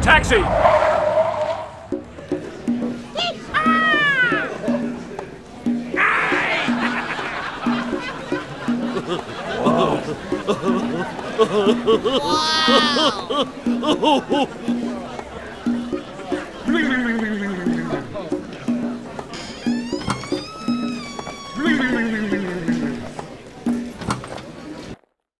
Taxi!